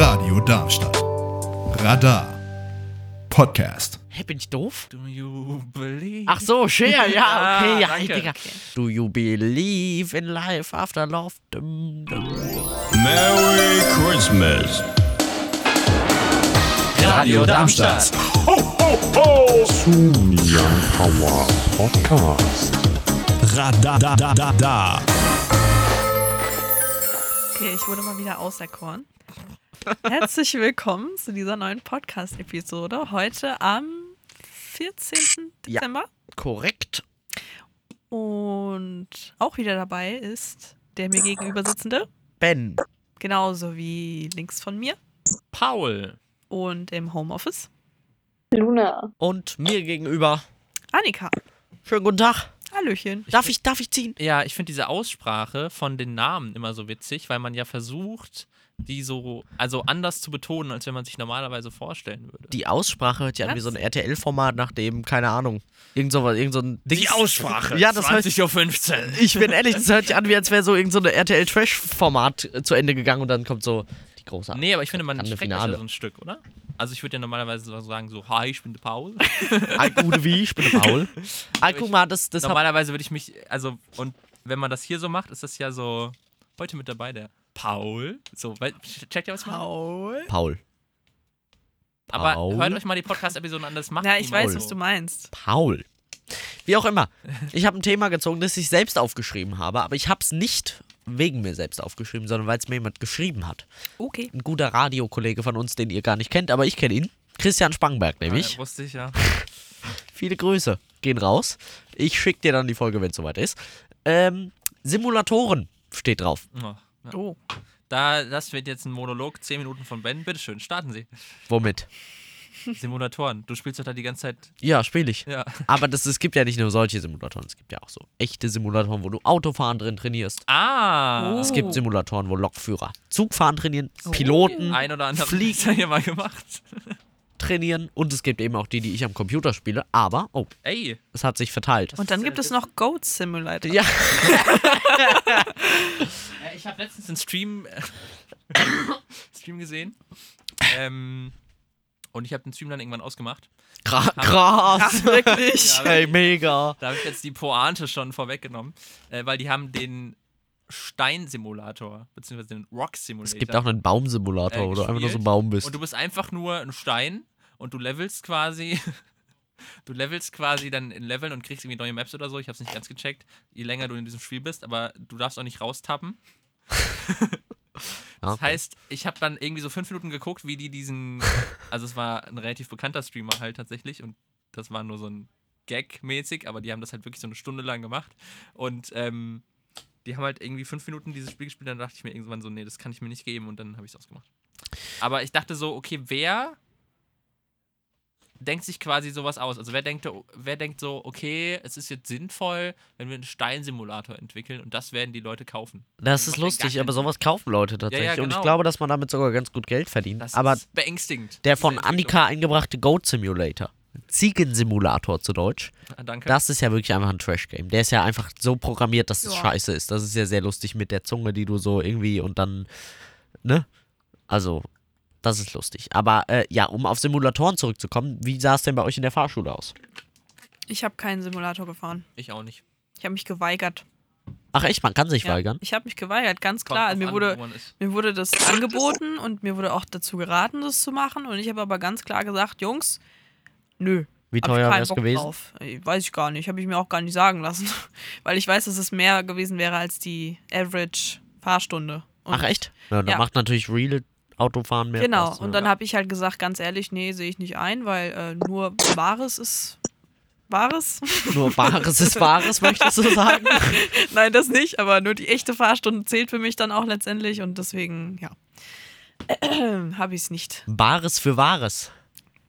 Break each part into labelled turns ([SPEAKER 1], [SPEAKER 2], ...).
[SPEAKER 1] Radio Darmstadt. Radar. Podcast.
[SPEAKER 2] Hä, bin ich doof?
[SPEAKER 3] Do you believe?
[SPEAKER 2] Ach so, Cher, ja, okay, ja,
[SPEAKER 3] Ah, danke.
[SPEAKER 2] Digga. Do you believe in life after love? Dum, dum.
[SPEAKER 4] Merry Christmas.
[SPEAKER 3] Radio Darmstadt.
[SPEAKER 4] Radadadada.
[SPEAKER 5] Okay, ich wurde mal wieder auserkoren. Herzlich willkommen zu dieser neuen Podcast-Episode. Heute am 14.
[SPEAKER 2] Ja.
[SPEAKER 5] Dezember.
[SPEAKER 2] Korrekt.
[SPEAKER 5] Und auch wieder dabei ist der mir gegenüber sitzende,
[SPEAKER 2] Ben.
[SPEAKER 5] genauso wie links von mir
[SPEAKER 3] Paul.
[SPEAKER 5] und im Homeoffice,
[SPEAKER 6] Luna.
[SPEAKER 2] Und mir gegenüber.
[SPEAKER 5] Annika.
[SPEAKER 2] Schönen guten Tag.
[SPEAKER 5] Hallöchen.
[SPEAKER 2] Darf ich, darf ich ziehen?
[SPEAKER 3] Ja, ich finde diese Aussprache von den Namen immer so witzig, weil man ja versucht, die so, also anders zu betonen, als wenn man sich normalerweise vorstellen würde.
[SPEAKER 2] Die Aussprache hört ja an wie so ein RTL-Format, nach dem, keine Ahnung, irgend so, was- irgend so ein Ding. Ja, das heißt.
[SPEAKER 3] 20.15 Uhr.
[SPEAKER 2] Ich bin ehrlich, das hört sich an, wie als wäre so irgend so eine RTL-Trash-Format äh, zu Ende gegangen und dann kommt so die große.
[SPEAKER 3] Nee, aber ich finde, man
[SPEAKER 2] Grande
[SPEAKER 3] streckt sich ja
[SPEAKER 2] Finale.
[SPEAKER 3] so ein Stück, oder? Also ich würde ja normalerweise so sagen, so, hi, ich bin der Paul.
[SPEAKER 2] Ah, gute wie, ich bin der Paul. Ah, guck mal, das, das hab
[SPEAKER 3] normalerweise würde ich mich, also, und wenn man das hier so macht, ist das ja so, heute mit dabei der Paul. So, weil, checkt ihr was mal?
[SPEAKER 5] Paul.
[SPEAKER 2] Paul.
[SPEAKER 3] Aber
[SPEAKER 2] Paul.
[SPEAKER 3] hört euch mal die Podcast-Episode an, das macht
[SPEAKER 5] Ja, ich
[SPEAKER 3] niemand
[SPEAKER 5] weiß,
[SPEAKER 3] so.
[SPEAKER 5] was du meinst.
[SPEAKER 2] Paul. Wie auch immer. Ich habe ein Thema gezogen, das ich selbst aufgeschrieben habe, aber ich habe es nicht wegen mir selbst aufgeschrieben, sondern weil es mir jemand geschrieben hat.
[SPEAKER 5] Okay.
[SPEAKER 2] Ein guter Radiokollege von uns, den ihr gar nicht kennt, aber ich kenne ihn. Christian Spangenberg nämlich.
[SPEAKER 3] Ja, Äh, wusste ich ja.
[SPEAKER 2] Viele Grüße gehen raus. Ich schicke dir dann die Folge, wenn es soweit ist. Ähm, Simulatoren steht drauf.
[SPEAKER 3] Ja. Ja.
[SPEAKER 5] Oh.
[SPEAKER 3] Da, das wird jetzt ein Monolog, 10 Minuten von Ben. Bitte schön, starten Sie.
[SPEAKER 2] Womit?
[SPEAKER 3] Simulatoren. Du spielst doch da die ganze Zeit.
[SPEAKER 2] Ja, spiele ich.
[SPEAKER 3] Ja.
[SPEAKER 2] Aber das, es gibt ja nicht nur solche Simulatoren, es gibt ja auch so echte Simulatoren, wo du Autofahren drin trainierst.
[SPEAKER 3] Ah!
[SPEAKER 5] Oh.
[SPEAKER 2] Es gibt Simulatoren, wo Lokführer Zugfahren trainieren, Piloten
[SPEAKER 3] Ein oder andere
[SPEAKER 2] Fliegen.
[SPEAKER 3] Fliegt ja mal gemacht.
[SPEAKER 2] trainieren und es gibt eben auch die, die ich am Computer spiele, aber, oh,
[SPEAKER 3] Ey,
[SPEAKER 2] es hat sich verteilt.
[SPEAKER 5] Und dann gibt es noch Goat Simulator.
[SPEAKER 2] Ja.
[SPEAKER 3] äh, ich habe letztens einen Stream, Stream gesehen. Ähm, und ich habe den Stream dann irgendwann ausgemacht.
[SPEAKER 2] Gra krass.
[SPEAKER 5] Ach, wirklich.
[SPEAKER 2] Ey, mega.
[SPEAKER 3] Da habe ich jetzt die Pointe schon vorweggenommen, äh, weil die haben den Steinsimulator, beziehungsweise den Rock-Simulator.
[SPEAKER 2] Es gibt auch einen Baumsimulator,
[SPEAKER 3] Äh,
[SPEAKER 2] wo du einfach nur so ein
[SPEAKER 3] gespielt.
[SPEAKER 2] Baum bist.
[SPEAKER 3] Und du bist einfach nur ein Stein und du levelst quasi. Du levelst quasi dann in Leveln und kriegst irgendwie neue Maps oder so. Ich hab's nicht ganz gecheckt, je länger du in diesem Spiel bist, aber du darfst auch nicht raustappen.
[SPEAKER 2] Ja,
[SPEAKER 3] Das
[SPEAKER 2] okay.
[SPEAKER 3] heißt, ich habe dann irgendwie so fünf Minuten geguckt, wie die diesen. Also, es war ein relativ bekannter Streamer halt tatsächlich und das war nur so ein Gag-mäßig, aber die haben das halt wirklich so eine Stunde lang gemacht. Und ähm, die haben halt irgendwie fünf Minuten dieses Spiel gespielt, dann dachte ich mir irgendwann so, nee, das kann ich mir nicht geben und dann habe ich es ausgemacht. Aber ich dachte so, okay, wer denkt sich quasi sowas aus? Also wer denkt, wer denkt so, okay, es ist jetzt sinnvoll, wenn wir einen Steinsimulator entwickeln und das werden die Leute kaufen.
[SPEAKER 2] das ist
[SPEAKER 3] macht ja gar
[SPEAKER 2] lustig,
[SPEAKER 3] keinen
[SPEAKER 2] aber sowas kaufen Leute tatsächlich. Und ich
[SPEAKER 3] genau.
[SPEAKER 2] glaube, dass man damit sogar ganz gut Geld verdient.
[SPEAKER 3] Das
[SPEAKER 2] aber
[SPEAKER 3] ist beängstigend.
[SPEAKER 2] der von
[SPEAKER 3] diese Entwicklung.
[SPEAKER 2] Annika eingebrachte Goat Simulator, Ziegensimulator zu Deutsch,
[SPEAKER 3] Ah, danke.
[SPEAKER 2] Das ist ja wirklich einfach ein Trash-Game. Der ist ja einfach so programmiert, dass es
[SPEAKER 5] Ja.
[SPEAKER 2] scheiße ist. Das ist ja sehr lustig mit der Zunge, die du so irgendwie und dann, ne? Also, das ist lustig. Aber äh, ja, um auf Simulatoren zurückzukommen, wie sah es denn bei euch in der Fahrschule aus?
[SPEAKER 5] Ich habe keinen Simulator gefahren.
[SPEAKER 3] ich auch nicht.
[SPEAKER 5] Ich habe mich geweigert.
[SPEAKER 2] Ach echt, man kann sich weigern.
[SPEAKER 5] Ich habe mich geweigert, ganz
[SPEAKER 3] Kommt
[SPEAKER 5] klar.
[SPEAKER 3] drauf
[SPEAKER 5] Mir
[SPEAKER 3] an,
[SPEAKER 5] wurde,
[SPEAKER 3] wo man ist.
[SPEAKER 5] Mir wurde das angeboten und mir wurde auch dazu geraten, das zu machen. Und ich habe aber ganz klar gesagt, Jungs,
[SPEAKER 2] Wie
[SPEAKER 5] nö. hab ich
[SPEAKER 2] teuer
[SPEAKER 5] keinen
[SPEAKER 2] wäre es
[SPEAKER 5] Bock
[SPEAKER 2] gewesen?
[SPEAKER 5] drauf. Äh, Weiß ich gar nicht. Habe ich mir auch gar nicht sagen lassen. Weil ich weiß, dass es mehr gewesen wäre als die average Fahrstunde. Und
[SPEAKER 2] Ach echt? Ja, dann
[SPEAKER 5] Ja.
[SPEAKER 2] macht natürlich real Autofahren mehr
[SPEAKER 5] Genau.
[SPEAKER 2] Spaß.
[SPEAKER 5] und dann habe ich halt gesagt, ganz ehrlich, nee, sehe ich nicht ein, weil äh, nur Wahres ist Wahres.
[SPEAKER 2] Nur Wahres ist Wahres, möchtest du sagen?
[SPEAKER 5] Nein, das nicht, aber nur die echte Fahrstunde zählt für mich dann auch letztendlich und deswegen, ja. habe ich es nicht.
[SPEAKER 2] Bares für Wahres.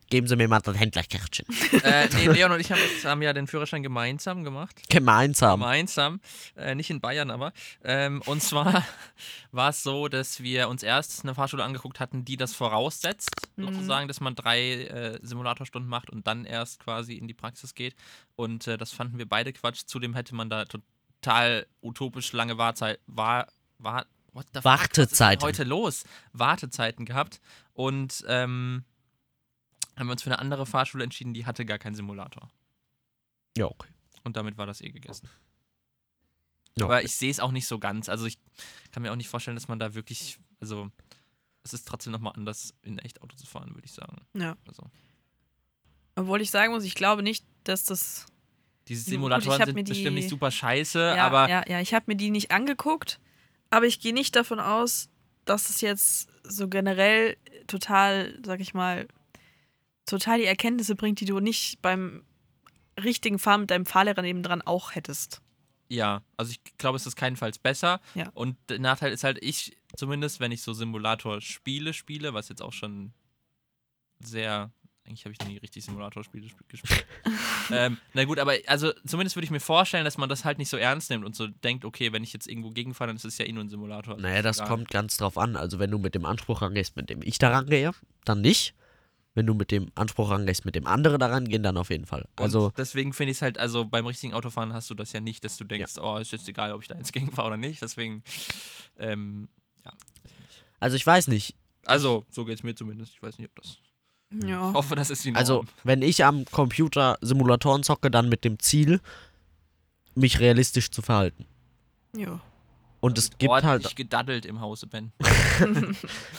[SPEAKER 2] Geben Sie mir mal das Händlerkärtchen.
[SPEAKER 3] äh, nee, Leon und ich haben, haben ja den Führerschein gemeinsam gemacht.
[SPEAKER 2] Gemeinsam.
[SPEAKER 3] Gemeinsam. Äh, nicht in Bayern, aber. Ähm, und zwar war es so, dass wir uns erst eine Fahrschule angeguckt hatten, die das voraussetzt, sozusagen, dass man drei äh, Simulatorstunden macht und dann erst quasi in die Praxis geht. Und äh, das fanden wir beide Quatsch. Zudem hätte man da total utopisch lange Wahrzeit. War, war, what the fuck,
[SPEAKER 2] Wartezeiten.
[SPEAKER 3] Was ist denn heute los? Wartezeiten gehabt. Und ähm, haben wir uns für eine andere Fahrschule entschieden, die hatte gar keinen Simulator.
[SPEAKER 2] Ja, okay.
[SPEAKER 3] Und damit war das eh gegessen.
[SPEAKER 2] Ja,
[SPEAKER 3] Aber
[SPEAKER 2] okay.
[SPEAKER 3] ich sehe es auch nicht so ganz. Also ich kann mir auch nicht vorstellen, dass man da wirklich, also es ist trotzdem nochmal anders, in echt Auto zu fahren, würde ich sagen.
[SPEAKER 5] Ja.
[SPEAKER 3] Also,
[SPEAKER 5] Obwohl ich sagen muss, ich glaube nicht, dass das. Ja, gut,
[SPEAKER 3] diese
[SPEAKER 5] ich
[SPEAKER 3] Simulatoren
[SPEAKER 5] hab mir
[SPEAKER 3] sind
[SPEAKER 5] die-
[SPEAKER 3] bestimmt nicht super scheiße,
[SPEAKER 5] Ja,
[SPEAKER 3] aber
[SPEAKER 5] ja, ja, ich habe mir die nicht angeguckt, aber ich gehe nicht davon aus, dass es jetzt so generell total, sag ich mal, total die Erkenntnisse bringt, die du nicht beim richtigen Fahren mit deinem Fahrlehrer nebendran auch hättest.
[SPEAKER 3] Ja, also ich glaube, es ist keinenfalls besser.
[SPEAKER 5] Ja.
[SPEAKER 3] Und der Nachteil ist halt, ich zumindest, wenn ich so Simulator-Spiele spiele, was jetzt auch schon sehr. Eigentlich habe ich noch nie richtig Simulator-Spiele sp- gespielt. ähm, na gut, aber also zumindest würde ich mir vorstellen, dass man das halt nicht so ernst nimmt und so denkt, okay, wenn ich jetzt irgendwo gegenfahre, dann ist es ja eh nur ein Simulator. Also
[SPEAKER 2] Naja,
[SPEAKER 3] ist
[SPEAKER 2] das
[SPEAKER 3] egal.
[SPEAKER 2] kommt ganz drauf an. Also, wenn du mit dem Anspruch rangehst, mit dem ich da rangehe, dann nicht. Wenn du mit dem Anspruch rangehst, mit dem andere da rangehen, dann auf jeden Fall.
[SPEAKER 3] Und
[SPEAKER 2] Also,
[SPEAKER 3] deswegen finde ich es halt, also beim richtigen Autofahren hast du das ja nicht, dass du denkst, oh, ist jetzt egal, ob ich da jetzt gegenfahre oder nicht. Deswegen, ähm,
[SPEAKER 2] also ich weiß nicht.
[SPEAKER 3] also so geht es mir zumindest. Ich weiß nicht, ob das.
[SPEAKER 5] Ja.
[SPEAKER 3] Ich hoffe, das ist die Norm.
[SPEAKER 2] Also, wenn ich am Computer Simulatoren zocke, dann mit dem Ziel, mich realistisch zu verhalten.
[SPEAKER 5] ja.
[SPEAKER 2] Und es gibt halt.
[SPEAKER 3] ordentlich gedaddelt im Hause, Ben.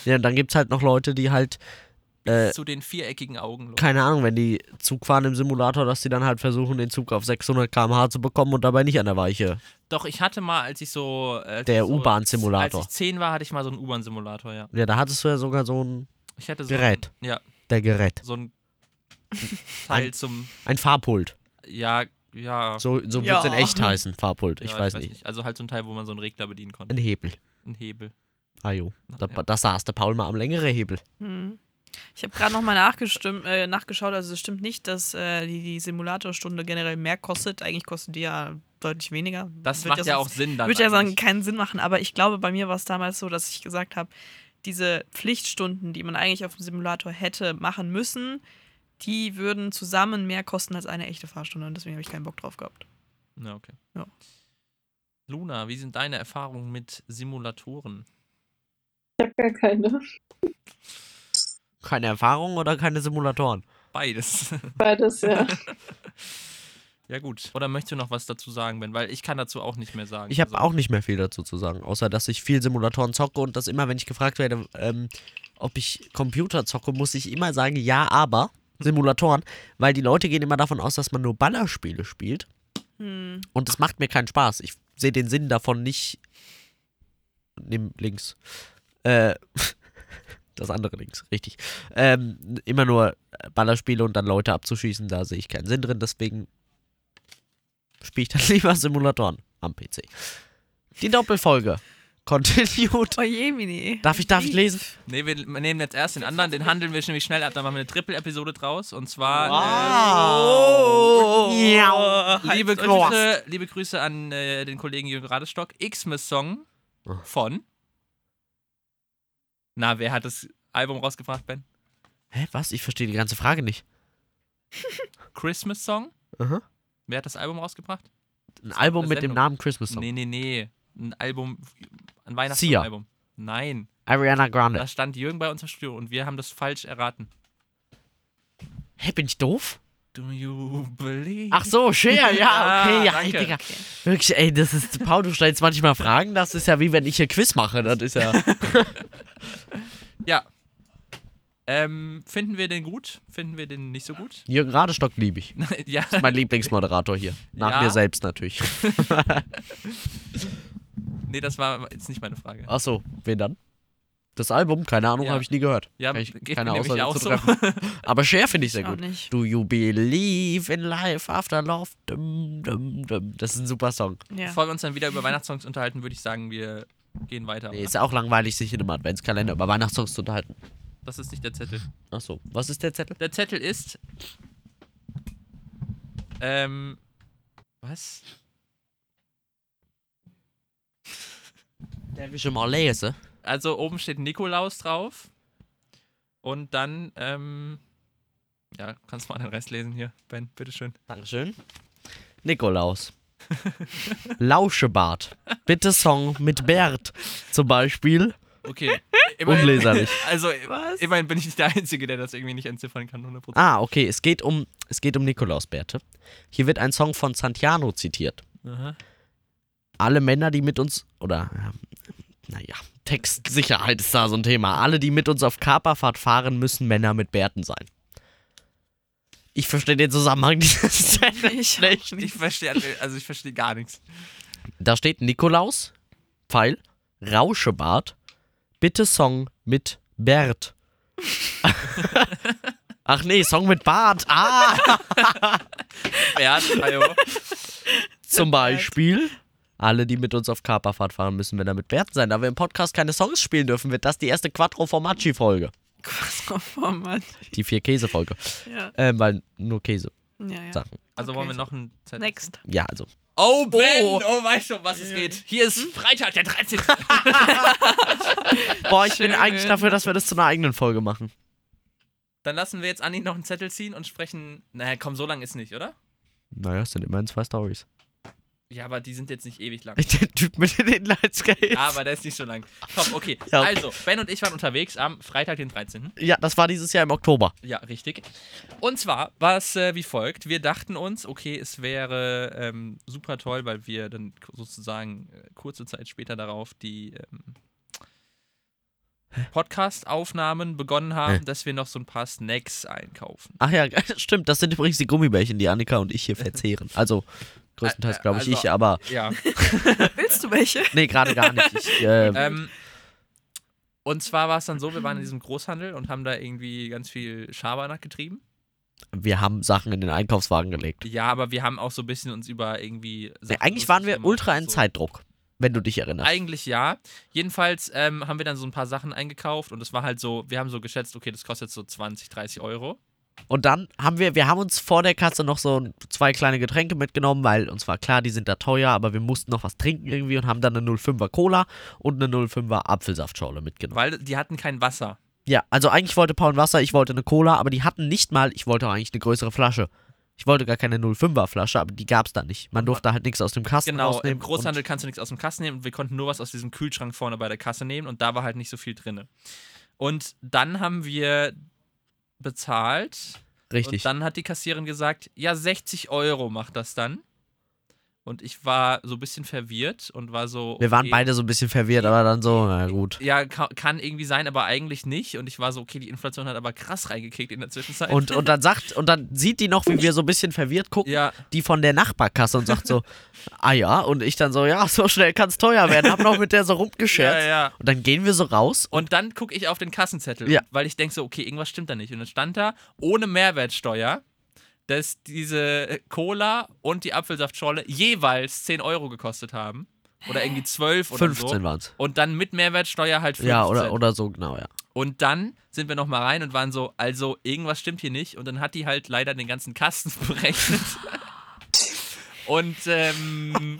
[SPEAKER 2] Ja, und dann gibt es halt noch Leute, die halt, äh,
[SPEAKER 3] Zu den viereckigen Augen. Leute.
[SPEAKER 2] keine Ahnung, wenn die Zug fahren im Simulator, dass die dann halt versuchen, den Zug auf 600 km/h zu bekommen und dabei nicht an der Weiche.
[SPEAKER 3] Doch, ich hatte mal, als ich so. äh, Als
[SPEAKER 2] Der
[SPEAKER 3] ich so,
[SPEAKER 2] U-Bahn-Simulator.
[SPEAKER 3] Als ich zehn war, hatte ich mal so einen U-Bahn-Simulator, ja.
[SPEAKER 2] Ja, da hattest du ja sogar so ein,
[SPEAKER 3] Ich hatte so
[SPEAKER 2] Gerät.
[SPEAKER 3] Ein, ja,
[SPEAKER 2] der Gerät,
[SPEAKER 3] so ein Teil
[SPEAKER 2] Ein-
[SPEAKER 3] zum.
[SPEAKER 2] ein Fahrpult.
[SPEAKER 3] Ja, ja.
[SPEAKER 2] So, so wird
[SPEAKER 5] Ja.
[SPEAKER 2] es in echt heißen, Fahrpult. Ich
[SPEAKER 3] ja,
[SPEAKER 2] weiß nicht.
[SPEAKER 3] Also halt so ein Teil, wo man so einen Regler bedienen konnte.
[SPEAKER 2] Ein Hebel.
[SPEAKER 3] Ein Hebel.
[SPEAKER 2] Ah jo, da,
[SPEAKER 3] Ja.
[SPEAKER 2] da saß der Paul mal am längeren Hebel.
[SPEAKER 5] Hm. Ich habe gerade nochmal nachgestimmt, äh, nachgeschaut, also es stimmt nicht, dass äh, die, die Simulatorstunde generell mehr kostet. Eigentlich kostet die ja deutlich weniger.
[SPEAKER 3] Das
[SPEAKER 5] Wird
[SPEAKER 3] macht ja auch
[SPEAKER 5] sonst-
[SPEAKER 3] Sinn dann.
[SPEAKER 5] Würde ja sagen,
[SPEAKER 3] eigentlich.
[SPEAKER 5] keinen Sinn machen, aber ich glaube, bei mir war es damals so, dass ich gesagt habe, diese Pflichtstunden, die man eigentlich auf dem Simulator hätte machen müssen, die würden zusammen mehr kosten als eine echte Fahrstunde und deswegen habe ich keinen Bock drauf gehabt.
[SPEAKER 3] Ja, okay.
[SPEAKER 5] Ja.
[SPEAKER 3] Luna, wie sind deine Erfahrungen mit Simulatoren?
[SPEAKER 6] Ich habe gar keine.
[SPEAKER 2] Keine Erfahrung oder keine Simulatoren?
[SPEAKER 3] Beides.
[SPEAKER 6] Beides, ja.
[SPEAKER 3] ja, gut. Oder möchtest du noch was dazu sagen, Ben? Weil ich kann dazu auch nicht mehr sagen.
[SPEAKER 2] Ich habe
[SPEAKER 3] Also-
[SPEAKER 2] auch nicht mehr viel dazu zu sagen, außer dass ich viel Simulatoren zocke und dass immer, wenn ich gefragt werde, ähm, ob ich Computer zocke, muss ich immer sagen, ja, aber Simulatoren, weil die Leute gehen immer davon aus, dass man nur Ballerspiele spielt
[SPEAKER 5] Hm.
[SPEAKER 2] und das macht mir keinen Spaß. Ich sehe den Sinn davon nicht. Nimm links. Äh, das andere links, richtig. Ähm, immer nur Ballerspiele und dann Leute abzuschießen, da sehe ich keinen Sinn drin, deswegen spiele ich dann lieber Simulatoren am PC. Die Doppelfolge. Continued.
[SPEAKER 5] Oje, Oh Mini.
[SPEAKER 2] Darf ich, darf ich lesen?
[SPEAKER 3] Nee, wir nehmen jetzt erst den anderen, den handeln wir nämlich schnell ab. Dann machen wir eine Triple-Episode draus. Und zwar, oh,
[SPEAKER 2] Wow. Ja.
[SPEAKER 3] äh, liebe,
[SPEAKER 2] Halt's euch fest.
[SPEAKER 3] Grüße, liebe Grüße an äh, den Kollegen Jürgen Radestock. Xmas-Song von. Na, wer hat das Album rausgebracht, Ben?
[SPEAKER 2] Hä, was? Ich verstehe die ganze Frage nicht.
[SPEAKER 3] Christmas-Song?
[SPEAKER 2] Aha.
[SPEAKER 3] Wer hat das Album rausgebracht?
[SPEAKER 2] Ein Album mit dem
[SPEAKER 3] Sendung.
[SPEAKER 2] Namen Christmas Song.
[SPEAKER 3] Nee, nee, nee. Ein Album, ein
[SPEAKER 2] Sia.
[SPEAKER 3] Weihnachtsalbum. Nein,
[SPEAKER 2] Ariana Grande.
[SPEAKER 3] da stand Jürgen bei uns im Studio und wir haben das falsch erraten.
[SPEAKER 2] Hä, bin ich doof?
[SPEAKER 3] Do you believe?
[SPEAKER 2] Ach so, Cher, ja, okay, ja,
[SPEAKER 3] Ah, danke.
[SPEAKER 2] ey, Digga. Wirklich, ey, das ist, Paul, du stellst manchmal Fragen, das ist ja wie wenn ich hier Quiz mache, das ist ja.
[SPEAKER 3] Ja. Ähm, finden wir den gut? Finden wir den nicht so gut?
[SPEAKER 2] Jürgen Radestock liebe ich.
[SPEAKER 3] ja.
[SPEAKER 2] Mein Lieblingsmoderator hier. Nach
[SPEAKER 3] Ja.
[SPEAKER 2] mir selbst natürlich.
[SPEAKER 3] Nee, das war jetzt nicht meine Frage.
[SPEAKER 2] Ach so, wen dann? Das Album, keine Ahnung,
[SPEAKER 3] Ja.
[SPEAKER 2] habe ich nie gehört.
[SPEAKER 3] Ja,
[SPEAKER 2] Kann ich
[SPEAKER 3] geht mir
[SPEAKER 2] keine
[SPEAKER 3] nämlich
[SPEAKER 2] Aussage
[SPEAKER 3] auch
[SPEAKER 2] zu
[SPEAKER 3] so.
[SPEAKER 2] treffen. Aber Cher finde ich sehr
[SPEAKER 5] Ich auch
[SPEAKER 2] gut.
[SPEAKER 5] nicht.
[SPEAKER 2] Do you believe in life after love? Dum, dum, dum. Das ist ein super Song.
[SPEAKER 5] Ja.
[SPEAKER 3] Bevor wir uns dann wieder über Weihnachtssongs unterhalten, würde ich sagen, wir gehen weiter.
[SPEAKER 2] Nee,
[SPEAKER 3] oder?
[SPEAKER 2] ist ja auch langweilig, sich in einem Adventskalender
[SPEAKER 3] Mhm.
[SPEAKER 2] über Weihnachtssongs zu unterhalten.
[SPEAKER 3] Das ist nicht der Zettel.
[SPEAKER 2] Ach so, was ist der Zettel?
[SPEAKER 3] Der Zettel ist. Ähm. Was?
[SPEAKER 2] Der will schon mal lesen.
[SPEAKER 3] Also oben steht Nikolaus drauf. Und dann, ähm. Ja, kannst du mal den Rest lesen hier, Ben, bitteschön.
[SPEAKER 2] Dankeschön. Nikolaus. Lauschebart. Bitte Song mit Bert zum Beispiel.
[SPEAKER 3] Okay.
[SPEAKER 2] Unleserlich.
[SPEAKER 3] Also,
[SPEAKER 5] Was?
[SPEAKER 3] immerhin bin ich nicht der Einzige, der das irgendwie nicht entziffern kann, 100%.
[SPEAKER 2] Ah, okay, es geht um, es geht um Nikolaus Bärte. Hier wird ein Song von Santiano zitiert.
[SPEAKER 3] Aha.
[SPEAKER 2] Alle Männer, die mit uns, oder, äh, naja, Textsicherheit ist da so ein Thema. Alle, die mit uns auf Kaperfahrt fahren, müssen Männer mit Bärten sein. Ich verstehe den Zusammenhang dieses Senders
[SPEAKER 5] Ich
[SPEAKER 2] nicht.
[SPEAKER 3] Ich verstehe, also ich verstehe gar nichts.
[SPEAKER 2] Da steht Nikolaus, Pfeil, Rauschebart, bitte Song mit Bert. Ach nee, Song mit Bart. Ah!
[SPEAKER 3] Bert, ajo.
[SPEAKER 2] Zum Beispiel. Alle, die mit uns auf Kaperfahrt fahren, müssen wir damit Bert sein. Da wir im Podcast keine Songs spielen dürfen, wird das die erste Quattro Formaggi-Folge.
[SPEAKER 5] Quattroform, Mann.
[SPEAKER 2] Die vier Käse-Folge.
[SPEAKER 5] Ja,
[SPEAKER 2] Ähm, weil nur Käse-Sachen.
[SPEAKER 5] ja, ja.
[SPEAKER 3] Also
[SPEAKER 5] Okay.
[SPEAKER 3] wollen wir noch einen Zettel?
[SPEAKER 5] Next.
[SPEAKER 2] Ja, also.
[SPEAKER 3] Oh, Ben! Oh, weißt du, um was es geht? Hier ist Freitag, der 13.
[SPEAKER 2] Boah, ich bin
[SPEAKER 5] Schön.
[SPEAKER 2] eigentlich dafür, dass wir das zu einer eigenen Folge machen.
[SPEAKER 3] Dann lassen wir jetzt Anni noch einen Zettel ziehen und sprechen. Naja, komm, so lang ist nicht, oder?
[SPEAKER 2] Naja, es sind immerhin zwei Stories.
[SPEAKER 3] Ja, aber die sind jetzt nicht ewig lang.
[SPEAKER 2] Der Typ mit den Inline-Skates.
[SPEAKER 3] Ja, aber der ist nicht so lang. Komm, okay.
[SPEAKER 2] Ja, okay.
[SPEAKER 3] Also, Ben und ich waren unterwegs am Freitag, den 13.
[SPEAKER 2] Ja, das war dieses Jahr im Oktober.
[SPEAKER 3] Ja, richtig. Und zwar war es äh, wie folgt. Wir dachten uns, okay, es wäre ähm, super toll, weil wir dann k- sozusagen äh, kurze Zeit später darauf die ähm, Podcast-Aufnahmen begonnen haben,
[SPEAKER 2] Hä?
[SPEAKER 3] dass wir noch so ein paar Snacks einkaufen.
[SPEAKER 2] Ach ja, stimmt. Das sind übrigens die Gummibärchen, die Annika und ich hier verzehren. Also größtenteils
[SPEAKER 3] Ä- äh,
[SPEAKER 2] glaube ich
[SPEAKER 3] also-
[SPEAKER 2] ich, aber
[SPEAKER 3] Ja.
[SPEAKER 5] Willst du welche?
[SPEAKER 2] nee, gerade gar nicht. Ich, äh,
[SPEAKER 3] ähm, und zwar war es dann so, wir waren in diesem Großhandel und haben da irgendwie ganz viel Schabernack getrieben.
[SPEAKER 2] wir haben Sachen in den Einkaufswagen gelegt.
[SPEAKER 3] Ja, aber wir haben auch so ein bisschen uns über irgendwie.
[SPEAKER 2] Nee,
[SPEAKER 3] Sachen
[SPEAKER 2] eigentlich waren
[SPEAKER 3] lustig
[SPEAKER 2] wir
[SPEAKER 3] gemacht
[SPEAKER 2] ultra
[SPEAKER 3] und
[SPEAKER 2] in
[SPEAKER 3] so.
[SPEAKER 2] Zeitdruck, wenn du dich erinnerst.
[SPEAKER 3] Eigentlich ja. Jedenfalls ähm, haben wir dann so ein paar Sachen eingekauft und es war halt so, wir haben so geschätzt, okay, das kostet so 20, 30 Euro.
[SPEAKER 2] Und dann haben wir, wir haben uns vor der Kasse noch so ein- zwei kleine Getränke mitgenommen, weil uns war klar, die sind da teuer, aber wir mussten noch was trinken irgendwie und haben dann eine 05er Cola und eine 05er Apfelsaftschorle mitgenommen.
[SPEAKER 3] Weil die hatten kein Wasser.
[SPEAKER 2] Ja, also eigentlich wollte Paul Wasser, ich wollte eine Cola, aber die hatten nicht mal, ich wollte auch eigentlich eine größere Flasche. Ich wollte gar keine 05er Flasche, aber die gab's da nicht. Man durfte halt nichts aus dem Kasten
[SPEAKER 3] Genau,
[SPEAKER 2] rausnehmen.
[SPEAKER 3] im Großhandel kannst du nichts aus dem Kasten nehmen und wir konnten nur was aus diesem Kühlschrank vorne bei der Kasse nehmen und da war halt nicht so viel drin. Und dann haben wir bezahlt
[SPEAKER 2] und, Richtig.
[SPEAKER 3] und dann hat die Kassierin gesagt, ja, 60 Euro macht das dann. Und ich war so ein bisschen verwirrt und war so.
[SPEAKER 2] Wir waren
[SPEAKER 3] okay,
[SPEAKER 2] beide so ein bisschen verwirrt, aber dann so, na gut.
[SPEAKER 3] Ja, ka- kann irgendwie sein, aber eigentlich nicht. Und ich war so, okay, die Inflation hat aber krass reingekickt in der Zwischenzeit. Oh,
[SPEAKER 2] Und, und dann sagt, und dann sieht die noch, wie wir so ein bisschen verwirrt gucken,
[SPEAKER 3] ja,
[SPEAKER 2] die von der Nachbarkasse und sagt so, ah ja, und ich dann so, ja, so schnell kann's teuer werden, hab noch mit der so rumgescherzt.
[SPEAKER 3] ja, ja.
[SPEAKER 2] Und dann gehen wir so raus
[SPEAKER 3] Und dann gucke ich auf den Kassenzettel,
[SPEAKER 2] Ja.
[SPEAKER 3] weil ich denke so, okay, irgendwas stimmt da nicht. Und dann stand da ohne Mehrwertsteuer, dass diese Cola und die Apfelsaftschorle jeweils 10 Euro gekostet haben. Oder irgendwie 12 oder
[SPEAKER 2] 15
[SPEAKER 3] so.
[SPEAKER 2] waren's.
[SPEAKER 3] Und dann mit Mehrwertsteuer halt 15.
[SPEAKER 2] Ja, oder, oder so, genau, ja.
[SPEAKER 3] Und dann sind wir nochmal rein und waren so, also irgendwas stimmt hier nicht. Und dann hat die halt leider den ganzen Kasten berechnet. und ähm,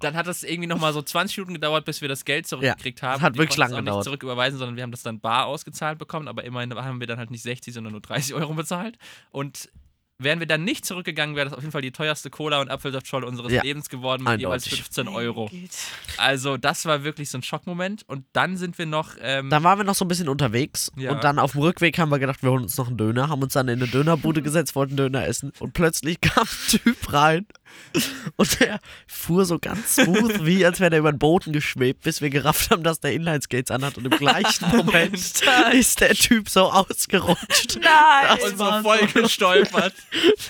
[SPEAKER 3] dann hat das irgendwie nochmal so 20 Minuten gedauert, bis wir das Geld zurückgekriegt
[SPEAKER 2] Ja,
[SPEAKER 3] haben.
[SPEAKER 2] das hat
[SPEAKER 3] Die
[SPEAKER 2] wirklich lang
[SPEAKER 3] konnten es auch
[SPEAKER 2] gedauert.
[SPEAKER 3] Nicht zurücküberweisen, sondern wir haben das dann bar ausgezahlt bekommen. Aber immerhin haben wir dann halt nicht 60, sondern nur 30 Euro bezahlt. Und wären wir dann nicht zurückgegangen, wäre das auf jeden Fall die teuerste Cola und Apfelsaftschorle unseres
[SPEAKER 2] Ja.
[SPEAKER 3] Lebens geworden mit jeweils
[SPEAKER 2] Eindeutig.
[SPEAKER 3] 15 Euro.
[SPEAKER 5] Geht.
[SPEAKER 3] Also das war wirklich so ein Schockmoment. Und dann sind wir noch... Ähm,
[SPEAKER 2] Dann waren wir noch so ein bisschen unterwegs
[SPEAKER 3] Ja.
[SPEAKER 2] und dann auf dem Rückweg haben wir gedacht, wir holen uns noch einen Döner, haben uns dann in eine Dönerbude gesetzt, wollten Döner essen und plötzlich kam ein Typ rein und der fuhr so ganz smooth, wie als wäre der über den Boden geschwebt, bis wir gerafft haben, dass der Inlineskates anhat und im gleichen Moment ist der Typ so ausgerutscht.
[SPEAKER 5] Nein!
[SPEAKER 3] und so
[SPEAKER 2] war
[SPEAKER 3] voll gestolpert.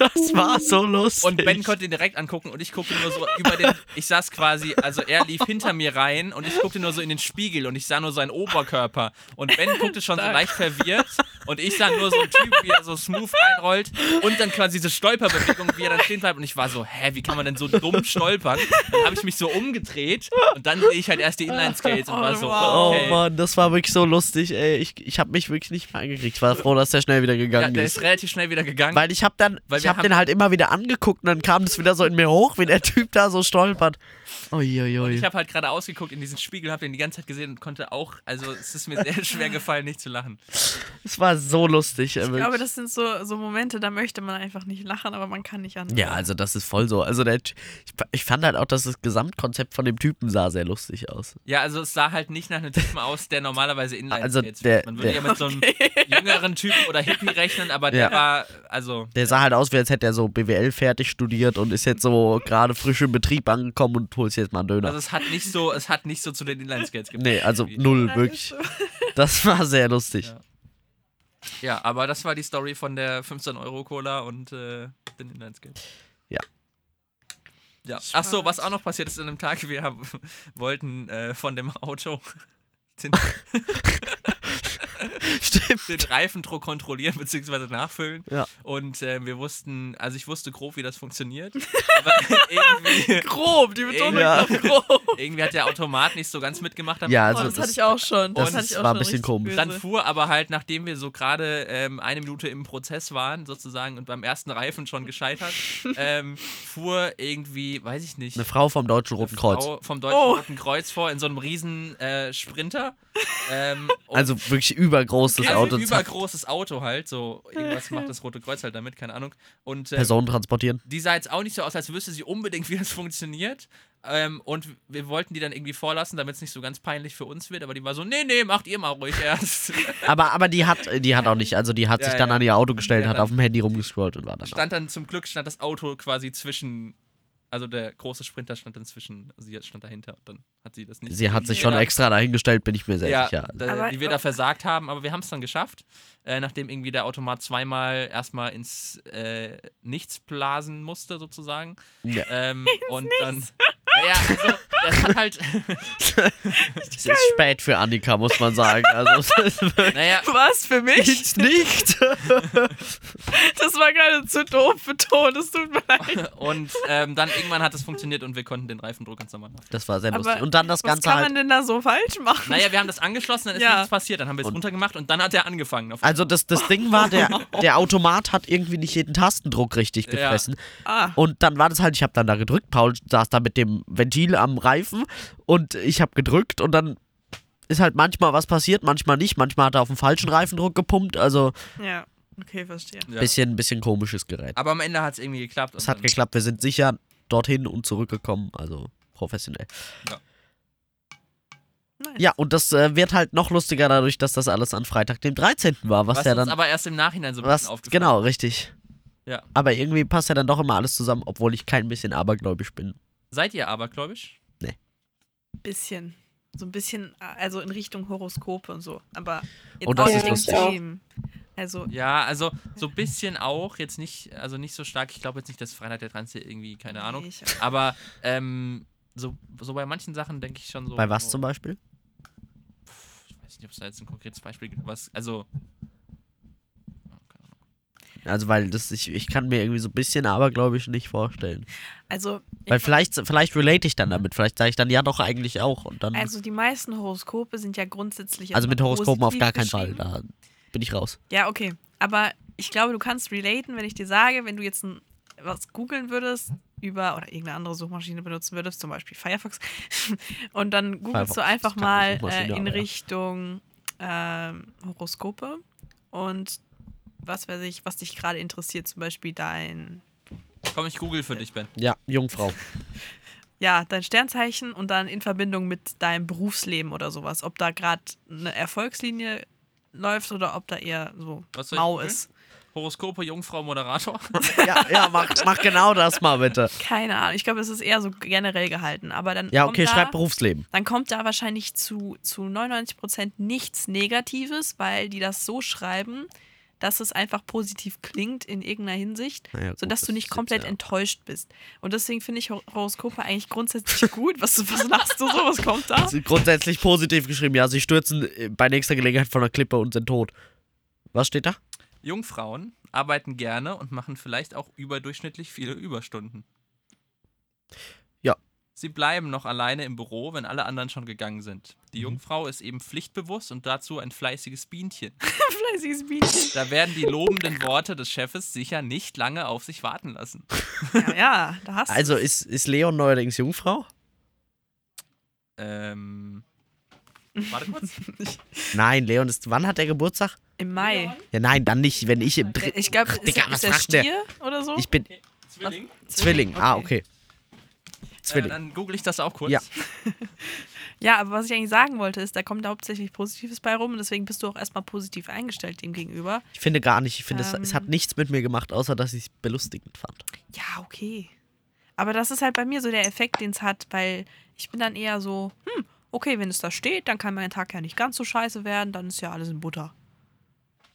[SPEAKER 2] Das war so lustig.
[SPEAKER 3] Und Ben konnte ihn direkt angucken und ich guckte nur so über den. Ich saß quasi, also er lief hinter mir rein und ich guckte nur so in den Spiegel und ich sah nur seinen Oberkörper. Und Ben guckte schon so leicht verwirrt und ich sah nur so einen Typ, wie er so smooth reinrollt und dann quasi diese Stolperbewegung, wie er dann stehen bleibt. Und ich war so, hä, wie kann man denn so dumm stolpern? Dann habe ich mich so umgedreht und dann sehe ich halt erst die Inline-Skates und war so,
[SPEAKER 5] Oh, wow.
[SPEAKER 2] Oh
[SPEAKER 3] okay.
[SPEAKER 2] Mann, das war wirklich so lustig, ey. Ich, ich habe mich wirklich nicht mehr angekriegt. Ich war froh, dass der schnell wieder
[SPEAKER 3] Ja,
[SPEAKER 2] gegangen
[SPEAKER 3] der
[SPEAKER 2] ist.
[SPEAKER 3] ist relativ schnell wieder gegangen.
[SPEAKER 2] Weil ich hab dann,
[SPEAKER 3] Weil
[SPEAKER 2] ich
[SPEAKER 3] wir
[SPEAKER 2] hab
[SPEAKER 3] haben-
[SPEAKER 2] den halt immer wieder angeguckt und dann kam das wieder so in mir hoch, wie der Typ da so stolpert. Uiuiui.
[SPEAKER 3] Ich habe halt gerade ausgeguckt in diesen Spiegel, habe den die ganze Zeit gesehen und konnte auch, also es ist mir sehr schwer gefallen, nicht zu lachen.
[SPEAKER 2] Es war so lustig. äh,
[SPEAKER 5] Ich glaube, das sind so, so Momente, da möchte man einfach nicht lachen, aber man kann nicht anders.
[SPEAKER 2] ja, also das ist voll so. Also der, Ty- ich, ich fand halt auch, dass das Gesamtkonzept von dem Typen sah sehr lustig aus.
[SPEAKER 3] Ja, also es sah halt nicht nach einem Typen aus, der normalerweise Inline
[SPEAKER 2] Also
[SPEAKER 3] Skates
[SPEAKER 2] der-
[SPEAKER 3] fährt. Man würde
[SPEAKER 2] der-
[SPEAKER 3] ja mit so einem jüngeren Typen oder Hippie rechnen, aber
[SPEAKER 2] Ja.
[SPEAKER 3] der war, also
[SPEAKER 2] Der sah halt aus, wie als hätte er so BWL fertig studiert und ist jetzt so gerade frisch im Betrieb angekommen und holst jetzt mal einen Döner.
[SPEAKER 3] Also es hat nicht so, es hat nicht so zu den Inline Skates
[SPEAKER 2] Genau.
[SPEAKER 3] gepasst.
[SPEAKER 2] nee, also
[SPEAKER 3] irgendwie.
[SPEAKER 2] null,
[SPEAKER 5] Ja,
[SPEAKER 2] wirklich.
[SPEAKER 5] ist so.
[SPEAKER 2] Das war sehr lustig.
[SPEAKER 3] Ja. Ja, aber das war die Story von der 15 Euro Cola und äh, den Inline Skates.
[SPEAKER 2] Ja.
[SPEAKER 3] Ja. Ach so, was auch noch passiert ist an dem Tag, wir haben, wollten äh, von dem Auto den,
[SPEAKER 2] Stimmt.
[SPEAKER 3] den Reifendruck kontrollieren bzw. nachfüllen.
[SPEAKER 2] Ja.
[SPEAKER 3] Und äh, wir wussten, also ich wusste grob, wie das funktioniert. aber irgendwie,
[SPEAKER 5] grob, die Betonung
[SPEAKER 2] Ja.
[SPEAKER 5] war grob.
[SPEAKER 3] irgendwie hat der Automat nicht so ganz mitgemacht.
[SPEAKER 2] Ja,
[SPEAKER 5] oh,
[SPEAKER 2] also
[SPEAKER 5] das,
[SPEAKER 2] das,
[SPEAKER 5] hatte ich auch schon. Oh, Das,
[SPEAKER 2] das
[SPEAKER 5] hatte ich auch
[SPEAKER 2] war ein
[SPEAKER 5] schon
[SPEAKER 2] bisschen
[SPEAKER 5] richtig
[SPEAKER 2] komisch.
[SPEAKER 5] Oh, böse.
[SPEAKER 3] Dann fuhr aber halt, nachdem wir so gerade ähm, eine Minute im Prozess waren, sozusagen, und beim ersten Reifen schon gescheitert, ähm, fuhr irgendwie, weiß ich nicht,
[SPEAKER 2] eine Frau vom Deutschen Roten
[SPEAKER 3] Frau
[SPEAKER 2] Kreuz.
[SPEAKER 3] vom Deutschen
[SPEAKER 5] Oh.
[SPEAKER 3] Roten Kreuz vor in so einem riesen äh, Sprinter. Ähm, und-
[SPEAKER 2] Also wirklich übergroßes
[SPEAKER 3] also
[SPEAKER 2] Auto.
[SPEAKER 3] ein übergroßes Auto halt, so irgendwas macht das Rote Kreuz halt damit, keine Ahnung. Und ähm,
[SPEAKER 2] Personen transportieren.
[SPEAKER 3] die sah jetzt auch nicht so aus, als wüsste sie unbedingt, wie das funktioniert. Ähm, und wir wollten die dann irgendwie vorlassen, damit es nicht so ganz peinlich für uns wird. Aber die war so, nee, nee, macht ihr mal ruhig erst.
[SPEAKER 2] Aber, aber die hat die hat auch nicht, also die hat
[SPEAKER 3] Ja,
[SPEAKER 2] sich dann
[SPEAKER 3] ja.
[SPEAKER 2] an ihr Auto gestellt,
[SPEAKER 3] Ja,
[SPEAKER 2] hat
[SPEAKER 3] dann-
[SPEAKER 2] auf dem Handy rumgescrollt und war dann.
[SPEAKER 3] stand dann zum Glück stand das Auto quasi zwischen, also der große Sprinter stand dann zwischen, also sie stand dahinter und dann hat sie das nicht.
[SPEAKER 2] Sie hat sich
[SPEAKER 3] die
[SPEAKER 2] schon
[SPEAKER 3] wir da-
[SPEAKER 2] extra dahingestellt, bin ich mir sehr
[SPEAKER 3] ja,
[SPEAKER 2] sicher.
[SPEAKER 3] da-
[SPEAKER 5] Aber-
[SPEAKER 3] die wir da versagt haben, aber wir haben es dann geschafft, äh, nachdem irgendwie der Automat zweimal erstmal ins äh, Nichts blasen musste sozusagen.
[SPEAKER 2] Ja.
[SPEAKER 3] Ähm, und dann, naja, also, das hat halt,
[SPEAKER 2] Es ist spät für Annika, muss man sagen. Also es ist
[SPEAKER 3] naja,
[SPEAKER 5] Was für mich?
[SPEAKER 2] wirklich nicht.
[SPEAKER 5] Das war gerade zu doof betont, es tut mir leid.
[SPEAKER 3] und ähm, dann irgendwann hat es funktioniert und wir konnten den Reifendruck ganz normal machen.
[SPEAKER 2] Das war sehr
[SPEAKER 5] Aber
[SPEAKER 2] lustig. Und dann das
[SPEAKER 5] Was
[SPEAKER 2] Ganze
[SPEAKER 5] kann
[SPEAKER 2] halt.
[SPEAKER 5] man denn da so falsch machen?
[SPEAKER 3] Naja, wir haben das angeschlossen, dann ist
[SPEAKER 5] Ja.
[SPEAKER 3] nichts passiert, dann haben wir es
[SPEAKER 2] Und-
[SPEAKER 3] runtergemacht und dann hat er angefangen. Auf
[SPEAKER 2] Also das, das Ding war, der, der Automat hat irgendwie nicht jeden Tastendruck richtig
[SPEAKER 3] Ja.
[SPEAKER 2] gefressen.
[SPEAKER 5] Ah,
[SPEAKER 2] Und dann war das halt, ich habe dann da gedrückt, Paul saß da mit dem Ventil am Reifen und ich habe gedrückt und dann ist halt manchmal was passiert, manchmal nicht. Manchmal hat er auf den falschen Reifendruck gepumpt, also
[SPEAKER 5] ja. Okay, verstehe.
[SPEAKER 3] Ja. Mhm.
[SPEAKER 2] bisschen, bisschen komisches Gerät.
[SPEAKER 3] Aber am Ende hat es irgendwie geklappt.
[SPEAKER 2] Es
[SPEAKER 3] und
[SPEAKER 2] hat
[SPEAKER 3] dann-
[SPEAKER 2] geklappt, wir sind sicher dorthin und zurückgekommen, also professionell.
[SPEAKER 5] Nice.
[SPEAKER 2] Ja, und das äh, wird halt noch lustiger dadurch, dass das alles an Freitag, dem 13. war, was,
[SPEAKER 3] Was
[SPEAKER 2] ja
[SPEAKER 3] uns
[SPEAKER 2] dann
[SPEAKER 3] aber erst im Nachhinein so ein bisschen
[SPEAKER 2] Was,
[SPEAKER 3] aufgefallen
[SPEAKER 2] genau, richtig.
[SPEAKER 3] Ja.
[SPEAKER 2] Aber irgendwie passt ja dann doch immer alles zusammen, obwohl ich kein bisschen abergläubisch bin.
[SPEAKER 3] Seid ihr abergläubisch?
[SPEAKER 5] Bisschen. So ein bisschen, also in Richtung Horoskope und so. Aber jetzt
[SPEAKER 2] Oh, das
[SPEAKER 5] auch
[SPEAKER 6] ist
[SPEAKER 5] nicht
[SPEAKER 6] lustig.
[SPEAKER 5] extrem. Also,
[SPEAKER 3] Ja, also so ein bisschen auch, jetzt nicht, also nicht so stark. Ich glaube jetzt nicht, dass Freitag der 13. irgendwie, keine
[SPEAKER 5] nee,
[SPEAKER 3] Ahnung.
[SPEAKER 5] ich-
[SPEAKER 3] Aber ähm, so, so bei manchen Sachen denke ich schon so.
[SPEAKER 2] Bei was
[SPEAKER 3] so,
[SPEAKER 2] zum Beispiel?
[SPEAKER 3] Ich weiß nicht, ob es da jetzt ein konkretes Beispiel gibt. Was, also.
[SPEAKER 2] Also, weil das, ich, ich kann mir irgendwie so ein bisschen abergläubisch nicht vorstellen.
[SPEAKER 5] also, ich
[SPEAKER 2] Weil vielleicht, vielleicht relate ich dann
[SPEAKER 3] Mhm.
[SPEAKER 2] damit. Vielleicht sage ich dann, ja doch, eigentlich auch. Und dann, also,
[SPEAKER 5] also die meisten Horoskope sind ja grundsätzlich. erstmal
[SPEAKER 2] mit Horoskopen auf
[SPEAKER 5] positiv
[SPEAKER 2] gar keinen Fall.
[SPEAKER 5] beschrieben.
[SPEAKER 2] Da bin ich raus.
[SPEAKER 5] Ja, okay. Aber ich glaube, du kannst relaten, wenn ich dir sage, wenn du jetzt ein, was googeln würdest über oder irgendeine andere Suchmaschine benutzen würdest, zum Beispiel Firefox, und dann
[SPEAKER 2] Firefox
[SPEAKER 5] googelst du einfach
[SPEAKER 2] ist keine
[SPEAKER 5] mal äh,
[SPEAKER 2] Suchmaschine,
[SPEAKER 5] in
[SPEAKER 2] aber ja.
[SPEAKER 5] Richtung ähm, Horoskope und was weiß ich, was dich gerade interessiert, zum Beispiel dein,
[SPEAKER 3] Komm, ich google für dich, Ben.
[SPEAKER 2] Ja, Jungfrau.
[SPEAKER 5] ja, dein Sternzeichen und dann in Verbindung mit deinem Berufsleben oder sowas, ob da gerade eine Erfolgslinie läuft oder ob da eher so
[SPEAKER 3] Was soll ich
[SPEAKER 5] mau
[SPEAKER 3] googeln?
[SPEAKER 5] ist.
[SPEAKER 3] Horoskope, Jungfrau, Moderator.
[SPEAKER 2] ja, ja mach, mach genau das mal bitte.
[SPEAKER 5] Keine Ahnung. Ich glaube, es ist eher so generell gehalten. Aber dann,
[SPEAKER 2] Ja,
[SPEAKER 5] kommt,
[SPEAKER 2] okay,
[SPEAKER 5] da,
[SPEAKER 2] schreib Berufsleben.
[SPEAKER 5] dann kommt da wahrscheinlich zu, zu 99% nichts Negatives, weil die das so schreiben, dass es einfach positiv klingt in irgendeiner Hinsicht,
[SPEAKER 2] Naja, gut,
[SPEAKER 5] sodass
[SPEAKER 2] das
[SPEAKER 5] du
[SPEAKER 2] ist
[SPEAKER 5] nicht
[SPEAKER 2] jetzt,
[SPEAKER 5] komplett
[SPEAKER 2] ja.
[SPEAKER 5] enttäuscht bist. Und deswegen finde ich Hor- Horoskope eigentlich grundsätzlich gut. Was, was lachst du so? Was kommt da?
[SPEAKER 2] Sie- Grundsätzlich positiv geschrieben. Ja, sie stürzen äh, bei nächster Gelegenheit von der Klippe und sind tot. Was steht da?
[SPEAKER 3] Jungfrauen arbeiten gerne und machen vielleicht auch überdurchschnittlich viele Überstunden.
[SPEAKER 2] Ja.
[SPEAKER 3] Sie bleiben noch alleine im Büro, wenn alle anderen schon gegangen sind. Die
[SPEAKER 2] Mhm.
[SPEAKER 3] Jungfrau ist eben pflichtbewusst und dazu ein fleißiges Bienchen.
[SPEAKER 5] Fleißiges Bienchen.
[SPEAKER 3] Da werden die lobenden Worte des Chefes sicher nicht lange auf sich warten lassen.
[SPEAKER 5] Ja, ja, da hast du
[SPEAKER 2] Also
[SPEAKER 5] es.
[SPEAKER 2] ist, ist Leon neuerdings Jungfrau?
[SPEAKER 3] Ähm, warte kurz.
[SPEAKER 2] Nein, Leon ist. Wann hat er Geburtstag?
[SPEAKER 5] Im Mai.
[SPEAKER 2] Ja, nein, dann nicht, wenn ich im dritten.
[SPEAKER 5] Ich glaube, ist,
[SPEAKER 2] Digga,
[SPEAKER 5] er-
[SPEAKER 2] was
[SPEAKER 5] ist der
[SPEAKER 2] fragt der?
[SPEAKER 5] Stier oder so?
[SPEAKER 2] Ich bin
[SPEAKER 3] Zwilling.
[SPEAKER 2] Zwilling. Ah, okay.
[SPEAKER 3] Äh,
[SPEAKER 2] Zwilling.
[SPEAKER 3] dann google ich das auch kurz.
[SPEAKER 2] Ja.
[SPEAKER 5] Ja, aber was ich eigentlich sagen wollte, ist, da kommt hauptsächlich Positives bei rum und deswegen bist du auch erstmal positiv eingestellt dem gegenüber.
[SPEAKER 2] Ich finde gar nicht. Ich finde, es, es hat
[SPEAKER 5] Ähm.
[SPEAKER 2] nichts mit mir gemacht, außer dass ich es belustigend fand.
[SPEAKER 5] Ja, okay. Aber das ist halt bei mir so der Effekt, den es hat, weil ich bin dann eher so, hm, okay, wenn es da steht, dann kann mein Tag ja nicht ganz so scheiße werden, dann ist ja alles in Butter.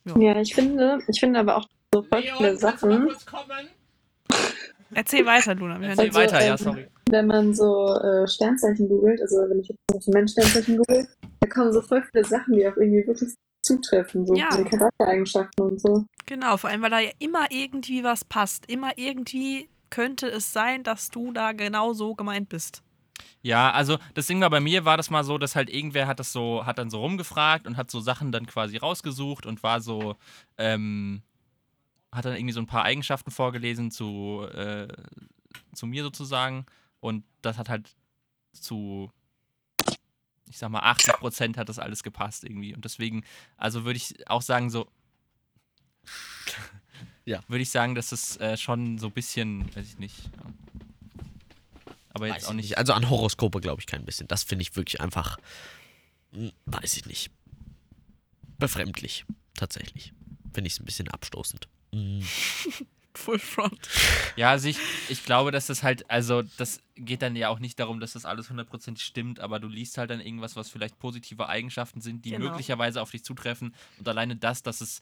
[SPEAKER 6] Ja, ich finde, ich finde aber auch so voll viele Sachen,
[SPEAKER 5] Erzähl weiter, Luna. Wir hören
[SPEAKER 3] Erzähl
[SPEAKER 5] dir-
[SPEAKER 6] Also,
[SPEAKER 3] weiter, ja,
[SPEAKER 6] ähm,
[SPEAKER 3] sorry.
[SPEAKER 6] wenn man so äh, Sternzeichen googelt, also wenn ich jetzt zum Beispiel mein Sternzeichen google, da kommen so voll viele Sachen, die auch irgendwie wirklich zutreffen, so
[SPEAKER 5] Ja.
[SPEAKER 6] diese Charaktereigenschaften und so.
[SPEAKER 5] Genau, vor allem, weil da ja immer irgendwie was passt. Immer irgendwie könnte es sein, dass du da genau so gemeint bist.
[SPEAKER 3] Ja, also das Ding war bei mir war das mal so, dass halt irgendwer hat das so, hat dann so rumgefragt und hat so Sachen dann quasi rausgesucht und war so, ähm, hat dann irgendwie so ein paar Eigenschaften vorgelesen zu, äh, zu mir sozusagen und das hat halt zu, ich sag mal, 80 Prozent hat das alles gepasst irgendwie und deswegen, also würde ich auch sagen so,
[SPEAKER 2] Ja.
[SPEAKER 3] würde ich sagen, dass es äh, schon so ein bisschen, weiß ich nicht, ja. aber
[SPEAKER 2] Weiß
[SPEAKER 3] jetzt
[SPEAKER 2] ich
[SPEAKER 3] auch nicht
[SPEAKER 2] Also an Horoskope glaube ich kein bisschen. Das finde ich wirklich einfach. hm, Weiß ich nicht. Befremdlich. Tatsächlich. Finde ich es ein bisschen abstoßend. Hm.
[SPEAKER 5] Full front.
[SPEAKER 3] Ja, also ich, ich glaube, dass das halt, also das geht dann ja auch nicht darum, dass das alles 100% stimmt, aber du liest halt dann irgendwas, was vielleicht positive Eigenschaften sind, die
[SPEAKER 5] Genau.
[SPEAKER 3] möglicherweise auf dich zutreffen. Und alleine das, dass es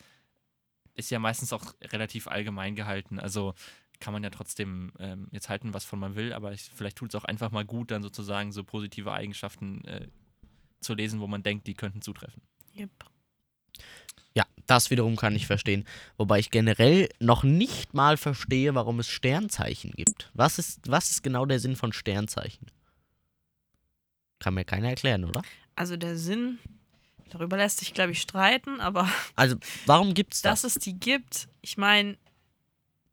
[SPEAKER 3] ist ja meistens auch relativ allgemein gehalten. Also kann man ja trotzdem ähm, jetzt halten, was von man will, aber ich, vielleicht tut es auch einfach mal gut, dann sozusagen so positive Eigenschaften äh, zu lesen, wo man denkt, die könnten zutreffen.
[SPEAKER 5] Yep.
[SPEAKER 2] Ja, das wiederum kann ich verstehen. Wobei ich generell noch nicht mal verstehe, warum es Sternzeichen gibt. Was ist, was ist genau der Sinn von Sternzeichen? Kann mir keiner erklären, oder?
[SPEAKER 5] Also der Sinn, darüber lässt sich, glaube ich, streiten, aber
[SPEAKER 2] Also, warum gibt's das?
[SPEAKER 5] dass es die gibt, ich meine,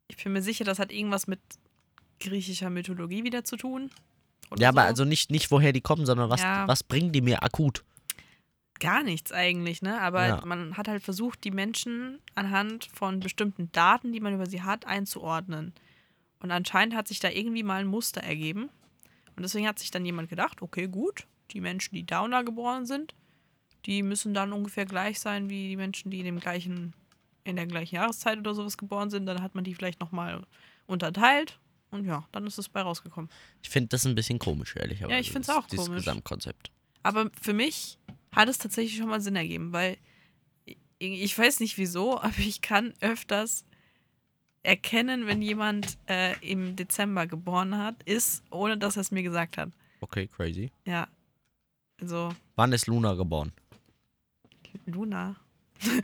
[SPEAKER 5] ich bin mir sicher, das hat irgendwas mit griechischer Mythologie wieder zu tun. oder
[SPEAKER 2] ja, aber
[SPEAKER 5] so.
[SPEAKER 2] also nicht, nicht woher die kommen, sondern was,
[SPEAKER 5] Ja.
[SPEAKER 2] was bringen die mir akut?
[SPEAKER 5] Gar nichts eigentlich, ne? Aber
[SPEAKER 2] Ja.
[SPEAKER 5] man hat halt versucht, die Menschen anhand von bestimmten Daten, die man über sie hat, einzuordnen. Und anscheinend hat sich da irgendwie mal ein Muster ergeben. Und deswegen hat sich dann jemand gedacht, okay, gut, die Menschen, die Downer geboren sind, die müssen dann ungefähr gleich sein wie die Menschen, die in dem gleichen, in der gleichen Jahreszeit oder sowas geboren sind. Dann hat man die vielleicht nochmal unterteilt. Und ja, dann ist es bei rausgekommen.
[SPEAKER 2] Ich finde das ein bisschen komisch, ehrlicherweise.
[SPEAKER 5] Ja, ich find's
[SPEAKER 2] das-
[SPEAKER 5] auch
[SPEAKER 2] dieses
[SPEAKER 5] komisch.
[SPEAKER 2] Gesamtkonzept.
[SPEAKER 5] Aber für mich hat es tatsächlich schon mal Sinn ergeben, weil ich- ich weiß nicht wieso, aber ich kann öfters erkennen, wenn jemand äh, im Dezember geboren hat, ist, ohne dass er es mir gesagt hat.
[SPEAKER 2] Okay, crazy.
[SPEAKER 5] Ja. Also,
[SPEAKER 2] Wann ist Luna geboren?
[SPEAKER 5] Luna.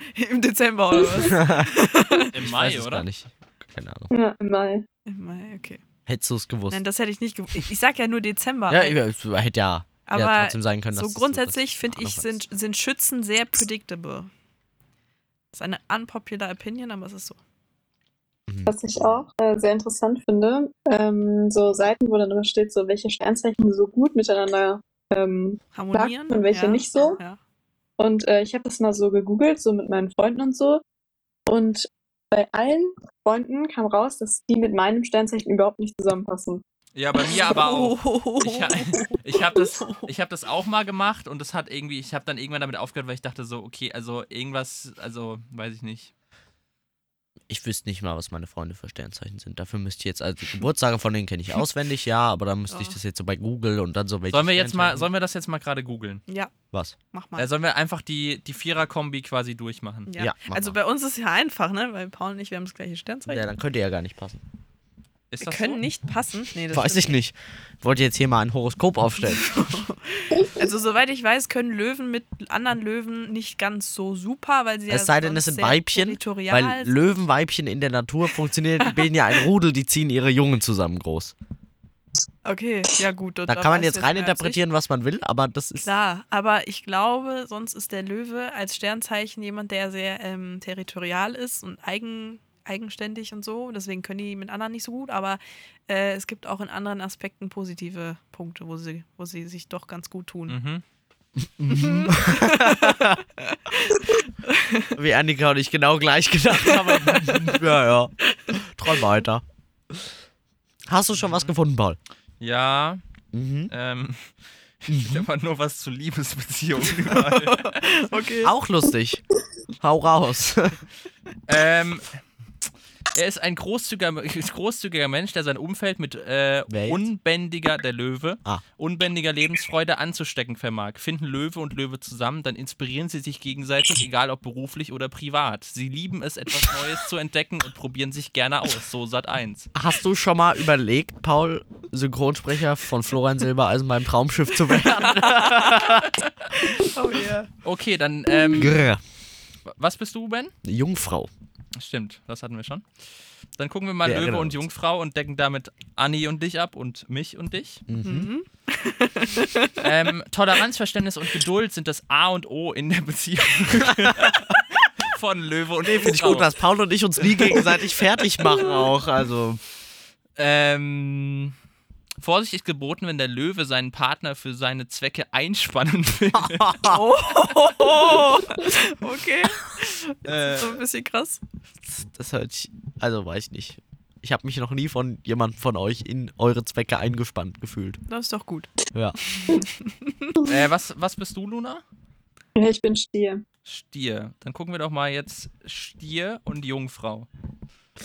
[SPEAKER 5] Im Dezember oder was?
[SPEAKER 3] Im
[SPEAKER 2] ich
[SPEAKER 3] Mai,
[SPEAKER 2] weiß es
[SPEAKER 3] oder?
[SPEAKER 2] gar nicht. Keine Ahnung.
[SPEAKER 6] Ja, mal.
[SPEAKER 5] Im Mai, okay.
[SPEAKER 2] Hättest du es gewusst?
[SPEAKER 5] Nein, das hätte ich nicht gewusst. Ich sag ja nur Dezember.
[SPEAKER 2] ja, ich, ich hätte ja,
[SPEAKER 5] aber
[SPEAKER 2] ja trotzdem sein können, dass
[SPEAKER 5] so
[SPEAKER 2] es
[SPEAKER 5] grundsätzlich
[SPEAKER 2] dass-
[SPEAKER 5] finde
[SPEAKER 2] Ahnung,
[SPEAKER 5] ich, sind,
[SPEAKER 2] weiß.
[SPEAKER 5] sind Schützen sehr predictable. Das ist eine unpopular opinion, aber es ist so.
[SPEAKER 2] Mhm.
[SPEAKER 6] Was ich auch äh, sehr interessant finde, ähm, so Seiten, wo dann immer steht, so welche Sternzeichen so gut miteinander ähm,
[SPEAKER 5] Harmonieren.
[SPEAKER 6] und welche
[SPEAKER 5] ja,
[SPEAKER 6] nicht so.
[SPEAKER 5] Ja.
[SPEAKER 6] Und äh, ich habe das mal so gegoogelt, so mit meinen Freunden und so. Und bei allen Freunden kam raus, dass die mit meinem Sternzeichen überhaupt nicht zusammenpassen.
[SPEAKER 3] Ja, bei mir aber auch.
[SPEAKER 5] Oh.
[SPEAKER 3] Ich, ha- ich habe das, ich hab das auch mal gemacht und das hat irgendwie, ich habe dann irgendwann damit aufgehört, weil ich dachte so, okay, also irgendwas, also weiß ich nicht.
[SPEAKER 2] Ich wüsste nicht mal, was meine Freunde für Sternzeichen sind. Dafür müsste ich jetzt, also die Geburtstage von denen kenne ich auswendig, ja, aber dann müsste ich
[SPEAKER 5] Ja.
[SPEAKER 2] das jetzt so bei Google und dann so welche
[SPEAKER 3] Sollen wir jetzt mal,
[SPEAKER 2] Sternzeichen-
[SPEAKER 3] sollen wir das jetzt mal gerade googeln?
[SPEAKER 5] Ja,
[SPEAKER 2] Was?
[SPEAKER 5] mach mal.
[SPEAKER 3] Äh, sollen wir einfach die, die Vierer-Kombi quasi durchmachen?
[SPEAKER 5] ja.
[SPEAKER 2] Also, ja, mach
[SPEAKER 5] also
[SPEAKER 2] mal.
[SPEAKER 5] bei uns ist es ja einfach, ne? Weil Paul und ich, wir haben das gleiche
[SPEAKER 2] Ja,
[SPEAKER 5] Sternzeichen.
[SPEAKER 2] dann könnte ja gar nicht passen.
[SPEAKER 3] Ist
[SPEAKER 5] wir
[SPEAKER 3] das
[SPEAKER 5] können
[SPEAKER 3] so?
[SPEAKER 5] nicht passen. Nee, das
[SPEAKER 2] Weiß
[SPEAKER 5] stimmt.
[SPEAKER 2] ich nicht. Wollte jetzt hier mal ein Horoskop aufstellen.
[SPEAKER 5] Also soweit ich weiß, können Löwen mit anderen Löwen nicht ganz so super, weil sie ja
[SPEAKER 2] es sei denn, es sind
[SPEAKER 5] sonst sehr
[SPEAKER 2] Weibchen,
[SPEAKER 5] territorial
[SPEAKER 2] weil
[SPEAKER 5] sind.
[SPEAKER 2] Löwenweibchen in der Natur funktioniert, bilden ja ein Rudel, die ziehen ihre Jungen zusammen groß.
[SPEAKER 5] Okay, ja gut.
[SPEAKER 2] Da kann man jetzt reininterpretieren, was man will, aber das ist.
[SPEAKER 5] Klar, aber ich glaube, sonst ist der Löwe als Sternzeichen jemand, der sehr ähm, territorial ist und eigen, eigenständig und so. Deswegen können die mit anderen nicht so gut. Aber äh, es gibt auch in anderen Aspekten positive Punkte, wo sie, wo sie sich doch ganz gut tun.
[SPEAKER 3] Mhm.
[SPEAKER 2] Wie Annika und ich genau gleich gedacht haben. ja, ja. Träum weiter. Hast du schon was gefunden, Paul?
[SPEAKER 3] Ja,
[SPEAKER 2] Mhm.
[SPEAKER 3] ähm, ich habe nur was zu Liebesbeziehungen überall.
[SPEAKER 5] Okay.
[SPEAKER 2] Auch lustig. Hau raus.
[SPEAKER 3] ähm, er ist ein großzügiger, großzügiger Mensch, der sein Umfeld mit äh,
[SPEAKER 2] Welt?
[SPEAKER 3] unbändiger, der Löwe,
[SPEAKER 2] Ah.
[SPEAKER 3] unbändiger Lebensfreude anzustecken vermag. Finden Löwe und Löwe zusammen, dann inspirieren sie sich gegenseitig, egal ob beruflich oder privat. Sie lieben es, etwas Neues zu entdecken und probieren sich gerne aus. So Sat 1.
[SPEAKER 2] Hast du schon mal überlegt, Paul, Synchronsprecher von Florian Silbereisen beim Traumschiff zu werden?
[SPEAKER 5] Oh yeah.
[SPEAKER 3] Okay, dann, ähm,
[SPEAKER 2] Grr.
[SPEAKER 3] was bist du, Ben?
[SPEAKER 2] Jungfrau.
[SPEAKER 3] Stimmt, das hatten wir schon. Dann gucken wir mal
[SPEAKER 2] Wir
[SPEAKER 3] Löwe
[SPEAKER 2] erinnern
[SPEAKER 3] und
[SPEAKER 2] uns.
[SPEAKER 3] Jungfrau und decken damit Anni und dich ab und mich und dich.
[SPEAKER 5] Mhm.
[SPEAKER 3] Ähm, Toleranz, Verständnis und Geduld sind das A und O in der Beziehung von Löwe und
[SPEAKER 2] Finde ich
[SPEAKER 3] Jungfrau.
[SPEAKER 2] gut, dass Paul und ich uns nie gegenseitig fertig machen auch. Also,
[SPEAKER 3] Ähm, Vorsicht ist geboten, wenn der Löwe seinen Partner für seine Zwecke einspannen will.
[SPEAKER 5] Oh, okay.
[SPEAKER 3] äh,
[SPEAKER 5] So ein bisschen krass.
[SPEAKER 2] das hört ich, also weiß ich nicht. Ich habe mich noch nie von jemandem von euch in eure Zwecke eingespannt gefühlt.
[SPEAKER 5] Das ist doch gut.
[SPEAKER 2] Ja.
[SPEAKER 3] äh, was, was bist du, Luna?
[SPEAKER 6] Ja, ich bin Stier.
[SPEAKER 3] Stier. Dann gucken wir doch mal jetzt Stier und Jungfrau.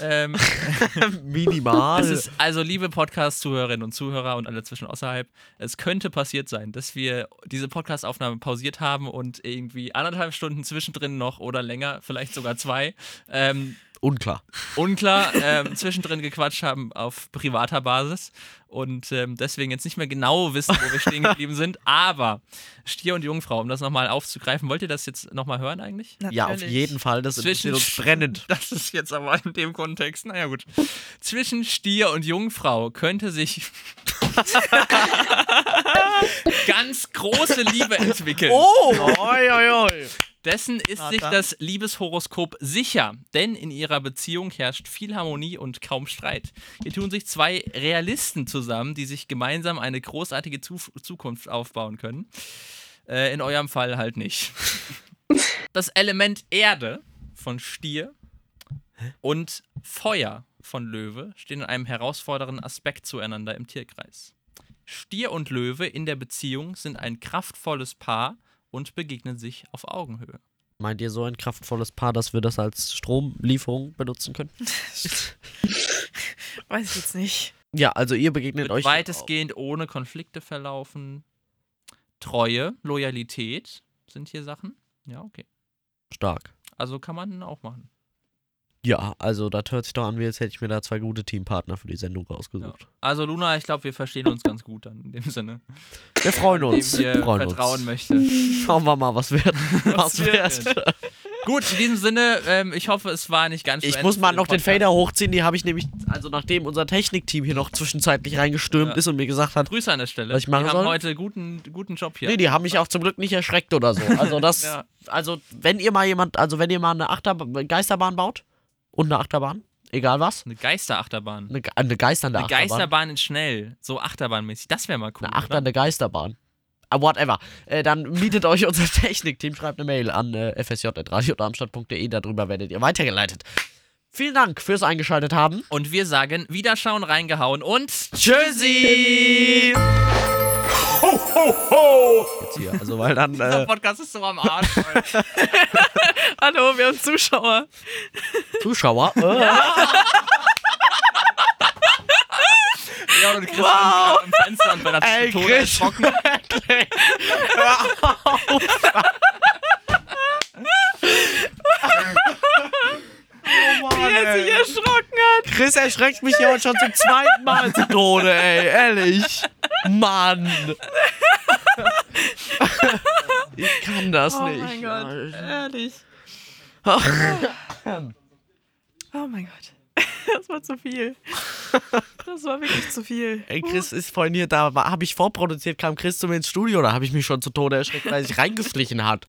[SPEAKER 3] Ähm,
[SPEAKER 2] Minimal.
[SPEAKER 3] Es ist, also, liebe Podcast-Zuhörerinnen und Zuhörer und alle zwischen und außerhalb, es könnte passiert sein, dass wir diese Podcast-Aufnahme pausiert haben und irgendwie anderthalb Stunden zwischendrin noch oder länger, vielleicht sogar zwei, ähm,
[SPEAKER 2] unklar.
[SPEAKER 3] unklar, ähm, zwischendrin gequatscht haben auf privater Basis und ähm, deswegen jetzt nicht mehr genau wissen, wo wir stehen geblieben sind. Aber Stier und Jungfrau, um das nochmal aufzugreifen, wollt ihr das jetzt nochmal hören eigentlich?
[SPEAKER 5] Natürlich.
[SPEAKER 2] Ja, auf jeden Fall. Das interessiert uns brennend.
[SPEAKER 3] Das ist jetzt aber in dem Kontext, naja gut. Zwischen Stier und Jungfrau könnte sich ganz große Liebe entwickeln.
[SPEAKER 2] Oh! Oi, oi, oi.
[SPEAKER 3] Dessen ist sich das Liebeshoroskop sicher, denn in ihrer Beziehung herrscht viel Harmonie und kaum Streit. Hier tun sich zwei Realisten zusammen, die sich gemeinsam eine großartige Zuf- Zukunft aufbauen können. Äh, in eurem Fall halt nicht. Das Element Erde von Stier und Feuer von Löwe stehen in einem herausfordernden Aspekt zueinander im Tierkreis. Stier und Löwe in der Beziehung sind ein kraftvolles Paar und begegnen sich auf Augenhöhe.
[SPEAKER 2] Meint ihr so ein kraftvolles Paar, dass wir das als Stromlieferung benutzen können?
[SPEAKER 5] Weiß ich jetzt nicht.
[SPEAKER 2] Ja, also ihr begegnet
[SPEAKER 3] Wird
[SPEAKER 2] euch.
[SPEAKER 3] weitestgehend ohne Konflikte verlaufen. Treue, Loyalität sind hier Sachen. Ja, okay.
[SPEAKER 2] stark.
[SPEAKER 3] Also kann man auch machen.
[SPEAKER 2] Ja, also das hört sich doch an, wie als hätte ich mir da zwei gute Teampartner für die Sendung
[SPEAKER 3] Ja.
[SPEAKER 2] rausgesucht.
[SPEAKER 3] Also Luna, ich glaube, wir verstehen uns ganz gut dann in dem Sinne.
[SPEAKER 2] Wir freuen uns.
[SPEAKER 3] Dem wir
[SPEAKER 2] Wir freuen
[SPEAKER 3] vertrauen
[SPEAKER 2] uns.
[SPEAKER 3] möchte.
[SPEAKER 2] Schauen wir mal, was wird. Was,
[SPEAKER 3] wird.
[SPEAKER 2] wird.
[SPEAKER 3] Gut, in diesem Sinne, ähm, ich hoffe, es war nicht ganz
[SPEAKER 2] Ich
[SPEAKER 3] zu
[SPEAKER 2] muss
[SPEAKER 3] Ende
[SPEAKER 2] mal
[SPEAKER 3] für
[SPEAKER 2] noch den
[SPEAKER 3] Podcast.
[SPEAKER 2] Fader hochziehen, die habe ich nämlich, also nachdem unser Technikteam hier noch zwischenzeitlich reingestürmt
[SPEAKER 3] Ja.
[SPEAKER 2] ist und mir gesagt hat,
[SPEAKER 3] Grüße an der Stelle.
[SPEAKER 2] Was ich machen
[SPEAKER 3] wir haben
[SPEAKER 2] soll?
[SPEAKER 3] heute guten, guten Job hier.
[SPEAKER 2] nee, die haben mich auch zum Glück nicht erschreckt oder so. Also das,
[SPEAKER 3] Ja.
[SPEAKER 2] also wenn ihr mal jemand, also wenn ihr mal eine Achterbahn, Geisterbahn baut und eine Achterbahn, egal was,
[SPEAKER 3] Eine Geisterachterbahn.
[SPEAKER 2] eine, Ge- eine geisternde
[SPEAKER 3] Eine
[SPEAKER 2] Achterbahn.
[SPEAKER 3] Geisterbahn in schnell. So Achterbahnmäßig. Das wäre mal cool.
[SPEAKER 2] Eine
[SPEAKER 3] oder?
[SPEAKER 2] achternde Geisterbahn. Ah, whatever. Äh, dann mietet euch unser Technikteam, schreibt eine Mail an äh, fsj.radiodarmstadt.de, darüber werdet ihr weitergeleitet. Vielen Dank fürs Eingeschaltet haben.
[SPEAKER 3] Und wir sagen, Wiederschauen, reingehauen und Tschüssi!
[SPEAKER 2] Jetzt hier, also weil dann...
[SPEAKER 3] Der
[SPEAKER 2] Äh,
[SPEAKER 3] Podcast ist so am Arsch. Alter.
[SPEAKER 5] Hallo, wir haben Zuschauer.
[SPEAKER 2] Zuschauer. Äh,
[SPEAKER 3] Ja, und Chris wow. am Fenster und bei der
[SPEAKER 2] Ey,
[SPEAKER 3] Tode
[SPEAKER 2] Chris.
[SPEAKER 3] erschrocken.
[SPEAKER 5] Wie er sich erschrocken hat.
[SPEAKER 2] Chris erschreckt mich ja heute schon zum zweiten Mal zu Tode, ey, ehrlich. Mann. Ich kann das
[SPEAKER 5] Oh
[SPEAKER 2] nicht.
[SPEAKER 5] mein Gott. Ehrlich. Oh mein Gott. Das war zu viel. Das war wirklich zu viel.
[SPEAKER 2] Ey, Chris ist vorhin hier da, habe ich vorproduziert, kam Chris zu mir ins Studio, da habe ich mich schon zu Tode erschreckt, weil er sich reingeflichen hat.